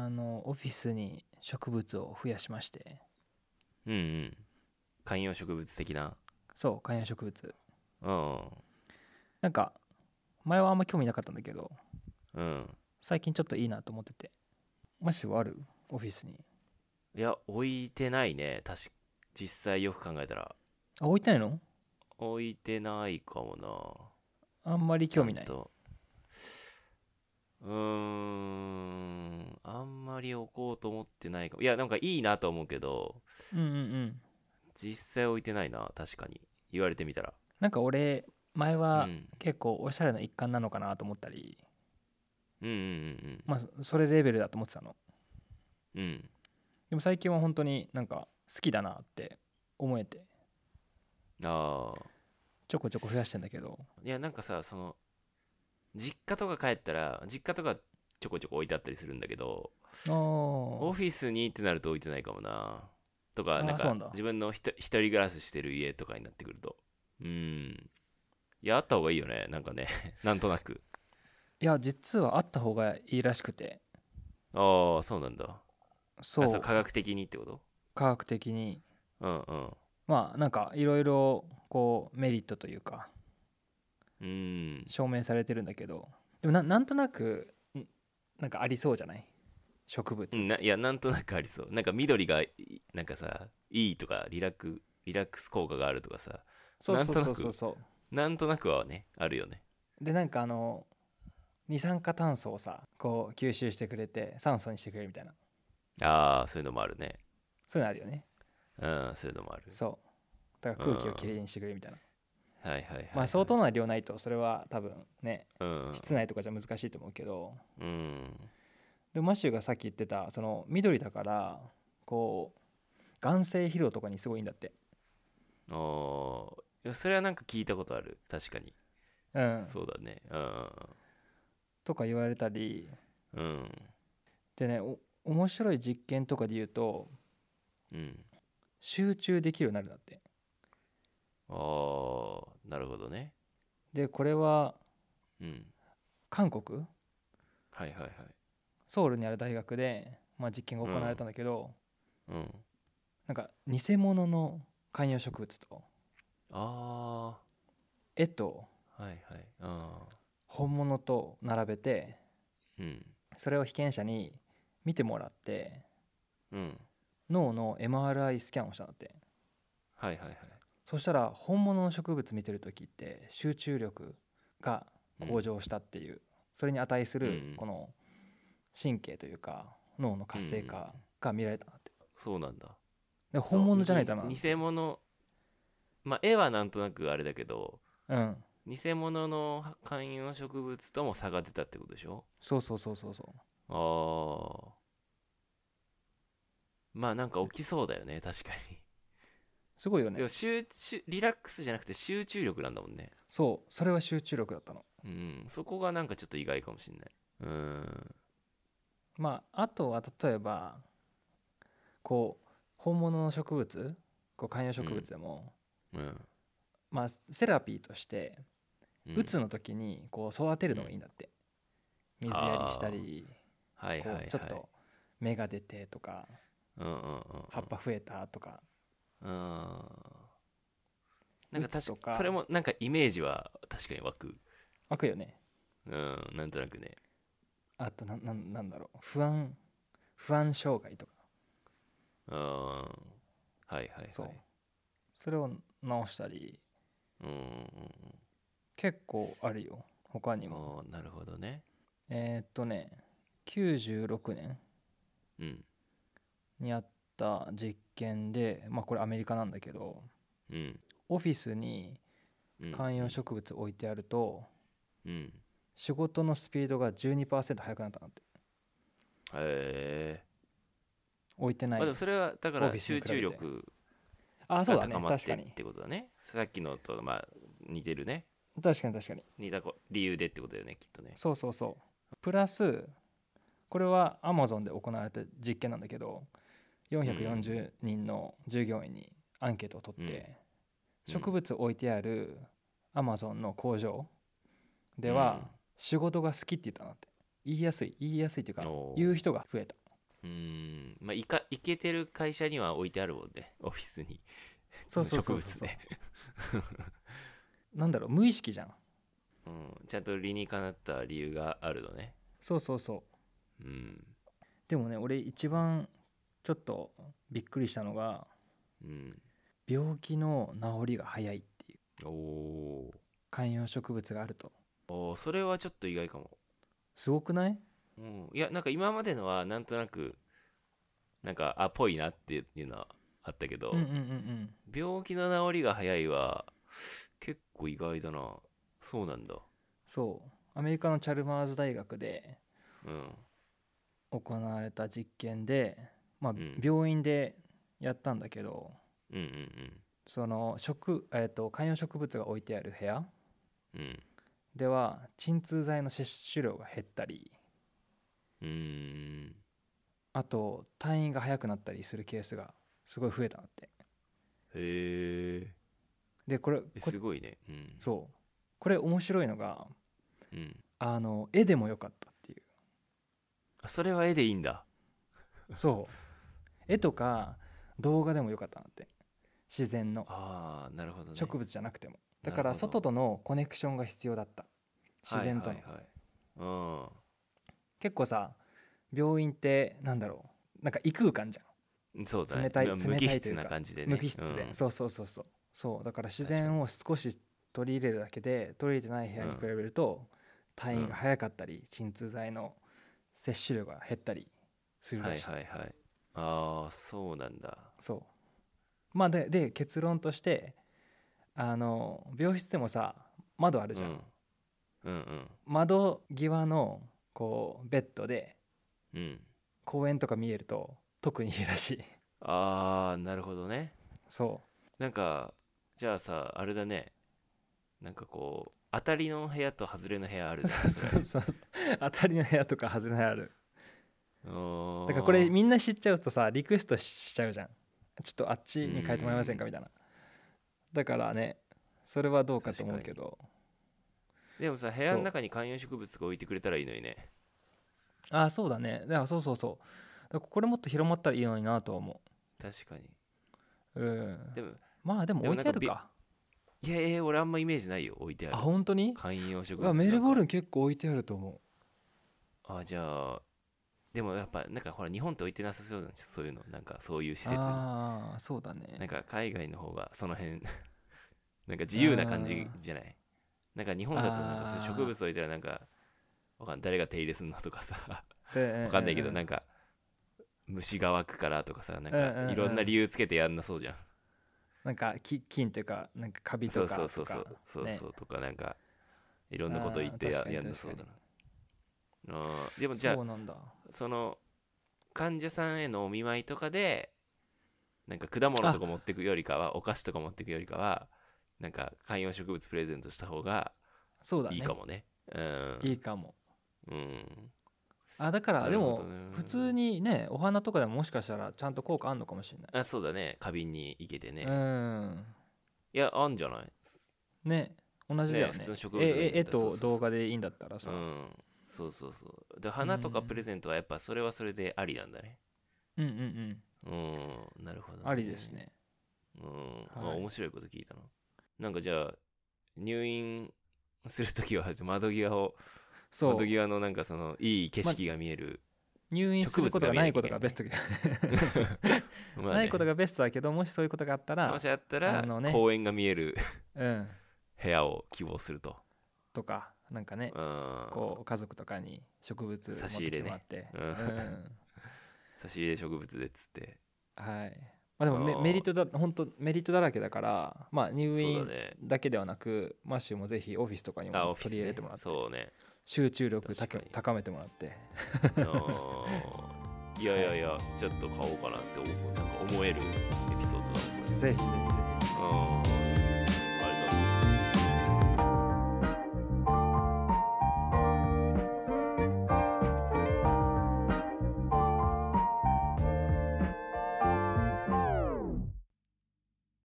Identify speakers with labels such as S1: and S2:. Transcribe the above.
S1: ィスに植物を増やしまして
S2: うんうん観葉植物的な
S1: そう観葉植物
S2: うん
S1: なんか前はあんま興味なかったんだけど
S2: うん
S1: 最近ちょっといいなと思っててマシュはあるオフィスに
S2: いや置いてないね確か実際よく考えたら
S1: あ置いてないの
S2: 置いてないかもな
S1: あんまり興味ない
S2: ちゃんとうーんあんまり置こうと思ってないかもいやなんかいいなと思うけど
S1: うんうんうん
S2: 実際置いてないな確かに言われてみたら
S1: なんか俺前は
S2: うん、
S1: 結構おしゃれの一環なのかなと思ったり、
S2: うんうん
S1: まあそそれレベルだと思ってたの
S2: うんうんうん
S1: でも最近は本当になんか好きだなって思えて
S2: ああ
S1: ちょこちょこ増やしてんだけど
S2: いやなんかさその実家とか帰ったら実家とかちょこちょこ置いてあったりするんだけど
S1: あ
S2: オ
S1: ー
S2: フィスにってなると置いてないかもなとか
S1: あー
S2: なん
S1: そう
S2: か
S1: なんだ
S2: 自分のひと一人暮らししてる家とかになってくるとうんいやあった方がいいよねなんかね なんとなく
S1: いや実はあった方がいいらしくて
S2: ああそうなんだ
S1: そ
S2: あ
S1: う
S2: そう科学的にってこと
S1: 科学的に
S2: うんうん
S1: まあなんかいろいろこうメリットというか
S2: うん
S1: 証明されてるんだけどでもななんとなくんなんかありそうじゃない植物、
S2: うんないやなんとなくありそうなんか緑がいなんかさいいとかリラックリラックス効果があるとかさ
S1: そう
S2: なん
S1: そう
S2: と
S1: そ
S2: な
S1: う
S2: く
S1: そうそ
S2: なんとなくはねあるよね
S1: うでなんかあの二酸化炭素をさこう吸収してくれて酸素にしてくれるみたいな
S2: ああそういうのもあるね
S1: そういうのあるよね
S2: うんそういうのもある
S1: そうだから空気をきれいにしてくれるみたいな、
S2: はいはいはい
S1: まあ相当な量ないとそれは多分ね
S2: うん
S1: 室内とかじゃ難しいと思うけど、
S2: うん
S1: でマシューがさっき言ってたその緑だからこう眼性疲労とかにすごいいいんだって
S2: おーいやそれはなんか聞いたことある確かに、
S1: うん
S2: そうだねうん
S1: とか言われたり
S2: うん
S1: でねお面白い実験とかで言うと
S2: うん
S1: 集中できるようになるんだって
S2: あーなるほどね
S1: でこれは
S2: うん
S1: 韓国
S2: はいはいはい
S1: ソウルにある大学で、まあ、実験が行われたんだけど、
S2: うん
S1: なんか偽物の観葉植物と
S2: あ
S1: 絵と
S2: ーはいはいあ
S1: 本物と並べて
S2: ーうん
S1: それを被験者に見てもらって
S2: うん
S1: 脳の MRI スキャンをしたんだって
S2: はいはいはい
S1: そしたら本物の植物見てる時って集中力が向上したっていう、それに値す
S2: う
S1: る
S2: ん
S1: この神経というか脳の活性化が見られたなって、
S2: そうなんだ
S1: で本物じゃないと
S2: だ
S1: ダメな
S2: 偽物まあ絵はなんとなくあれだけど
S1: のうん
S2: 偽物の観葉植物とも差が出たってことでしょ
S1: そうそうそうそうそう
S2: ああまあなんか起きそうだよね確かに
S1: すごいよ
S2: で
S1: ね
S2: も集中リラックスじゃなくて集中力なんだもんね
S1: そうそれは集中力だったの
S2: うんそこがなんかちょっと意外かもしんないうん
S1: まああとは例えばこう本物の植物こう観葉植物でも、
S2: うん
S1: まあセラピーとして
S2: うん
S1: うつの時にこう育てるのがいいんだって、
S2: ん
S1: 水やりしたり
S2: はいはい
S1: こ
S2: はいう
S1: ちょっと芽が出てとか
S2: うんうんうんうん
S1: 葉っぱ増えたとか
S2: うんなんか
S1: うつと
S2: 確
S1: か
S2: かそれもなんかイメージは確かに湧く
S1: 湧くよね
S2: うんなんとなくね
S1: あとなんなんなんだろう不安不安障害とか
S2: うんはいはいはい
S1: そうそれを直したり
S2: うんうんうん
S1: 結構あるよ他に
S2: うん
S1: も
S2: あーなるほどね
S1: えーっとね96年
S2: うん
S1: にあった実験でまあこれアメリカなんだけど
S2: うん
S1: オフィスに
S2: うん
S1: 観葉植物置いてあると
S2: うん
S1: 仕事のスピードが12%速くなったなんて
S2: へえ
S1: 置いてない
S2: まあでもそれはだか
S1: オフ
S2: ら
S1: ィスに比べ
S2: 集
S1: て
S2: 中力
S1: あそう
S2: が
S1: だね
S2: 高まっ
S1: 確
S2: て
S1: か
S2: っ
S1: に
S2: てことだねさっきのとまあ似てるね
S1: 確かに確かに
S2: 似たこ理由でってことだよねきっとね
S1: そうそうそうプラスこれは Amazon で行われた実験なんだけど440人の従業員にアンケートを取って、
S2: うん
S1: 植物置いてある Amazon の工場では仕事が好きって言ったなって言いやすい言いやすいっていうか
S2: おー
S1: 言う人が増えた
S2: ううーんまあいかいけてる会社には置いてあるもんねオフィスに
S1: そうそうそうそう
S2: 植物ね
S1: なんだろう無意識じゃん
S2: うん、ちゃんと理にかなった理由があるのね
S1: そうそうそう
S2: うん
S1: でもね俺一番ちょっとびっくりしたのが
S2: うん
S1: 病気の治りが早いっていう
S2: おお
S1: 観葉植物があると
S2: おーそれはちょっと意外かも、
S1: すごくない
S2: うん、いやなんか今までのはなんとなくなんかあぽいなっていうのはあったけど、
S1: うんうんうんうん
S2: 病気の治りが早いは結構意外だなそうなんだ
S1: そうアメリカのチャルマーズ大学で
S2: うん
S1: 行われた実験で、まあ
S2: ん、
S1: 病院でやったんだけど、
S2: うんうん
S1: その植、えー、と観葉植物が置いてある部屋
S2: うんうん
S1: では鎮痛剤の摂取量が減ったり
S2: うーん
S1: あと退院が早くなったりするケースがすごい増えたんだって
S2: へー
S1: でこれこ
S2: えすごいねうん
S1: そうこれ面白いのが
S2: うん
S1: あの絵でもよかったってい
S2: あそれは絵でいいんだ
S1: うそう絵とか動画でもよかったんだって自然の
S2: ああなるほどね
S1: 植物じゃなくてもだから
S2: なるほど
S1: 外とのコネクションが必要だった自然との
S2: はいはいはい
S1: 結構さ病院ってなんだろうなんか異空間じゃん
S2: うんそうだね
S1: 冷たい
S2: まあ
S1: 冷たい
S2: 無
S1: と
S2: 機質
S1: いうか
S2: な感じでね
S1: 無機質で、
S2: うん
S1: そうそうそうそうそうだから自
S2: 確か
S1: 然を少し取り入れるだけで取り入れてない部屋に比べると、退院が早かったり鎮痛剤の摂取量が減ったりする
S2: は
S1: ら
S2: い
S1: しい、
S2: はいはいああそうなんだ
S1: そうまあでで結論としてあの病室でもさ窓あるじゃん、
S2: うんうん
S1: 窓際のこうベッドで
S2: うんうん
S1: 公園とか見えると特にいいら しい
S2: ああなるほどね
S1: そ
S2: なんかじゃあさあれだねなんかこう当たりの部屋と外れの部屋あるね
S1: う そうそうそう当たりの部屋とか外れの部屋ある
S2: うーん
S1: だからこれみんな知っちゃうとさリクエストしちゃうじゃんちょっとあっちに変えてもらえませんかみたいなだからねそれはどうかと思うけど
S2: でもさ部屋の中に観葉植物が置いてくれたらいいのにね
S1: ああそうだねだからそうそうそうだからこれもっと広まったらいいのになとは思
S2: 確かに
S1: ううん
S2: でも
S1: まあでも置いてある
S2: でも
S1: か
S2: いやいや俺あんまイメージないよ置いてあ
S1: あ
S2: る
S1: 本当に
S2: 観葉植
S1: う
S2: 物
S1: わメルボル
S2: ン
S1: ン結構置いてあると思
S2: あじゃあでもやっぱなんかほら日本って置いてなさそうだねそういうのなんかそういう施
S1: う
S2: 設に
S1: ああそうだ
S2: なん
S1: ね
S2: か海外の方がその辺 なんか自由な感
S1: あ
S2: じ
S1: ー
S2: じゃないなんか日本だとなんかそういう
S1: あー
S2: 植物置いたらなんかわかん誰が手入れすんのとかさ
S1: わ
S2: わかんないけどなんんか虫が湧くからとかさなん
S1: うんうんう
S2: か
S1: ん
S2: いろんな理由つけてやんなそうじゃん
S1: なんかき菌というかなんかカビと
S2: そう
S1: か
S2: そうそうそう
S1: とか
S2: そう
S1: ね
S2: そうとかなんかいろんなこと言って
S1: あー
S2: や
S1: 確かに
S2: やんなそうだ
S1: 確
S2: なあーでもじゃあ
S1: そうなんだ
S2: その患者さんへのお見舞いとかでなんか果物とか持ってくよりかはお菓子とか持ってくよりかはなんか観葉植物プレゼントした方が
S1: そうだね
S2: いいかもねうん
S1: いいかも
S2: うん
S1: あだから
S2: な
S1: で
S2: るほ
S1: も
S2: どね
S1: 普通にねお花とかでももしかしたらちゃんと効果あんのかもしれない、
S2: あそうだね花瓶に行けてね、
S1: う
S2: い
S1: ん
S2: やあんじゃない
S1: ね同じだよね
S2: ね普通の植物でもいいんだ
S1: ええ絵
S2: そう
S1: と
S2: そうそう
S1: 動画でいいんだったらさ、
S2: うんそうそうそうで花とかプレゼントはやっぱそれはそれでありなんだね
S1: うん、うんうん
S2: うんなるほど、
S1: ありですね
S2: うん、まあ
S1: はい
S2: 面白いこと聞いたななんかじゃあ入院するときは窓際を
S1: そう
S2: 窓際のなんかそのいい景色が見える、
S1: 入院することがないことが
S2: 植物が見えなきゃいけな
S1: ベ
S2: い
S1: ストだけど
S2: まあね
S1: ないことがベストだけどもしそういうことがあったら
S2: もしあったら、
S1: あのね
S2: 公園が見える
S1: うん
S2: 部屋を希望すると、
S1: とかなんかね
S2: うん、
S1: こう家族とかに植物持
S2: 差
S1: っ
S2: して入
S1: き
S2: れ
S1: て
S2: ね
S1: もらって、
S2: うん
S1: うん
S2: 差し入れ植物でっつって
S1: はいまあでもメ
S2: あー
S1: メリットだ本当メリットだらけだからまあ入
S2: そうだ
S1: 院
S2: ね
S1: だけではなくマッシュもぜひオフィスとかに
S2: あオ
S1: も
S2: フィス、
S1: 取
S2: ね、
S1: り入れてもらって、
S2: そうね
S1: 集中力たけ
S2: 確かに
S1: 高めてもらって
S2: あのーいやいやいやちょっと買おうかなって思うなんか思えるエピソードだ
S1: ぜひぜひぜひ
S2: もんうん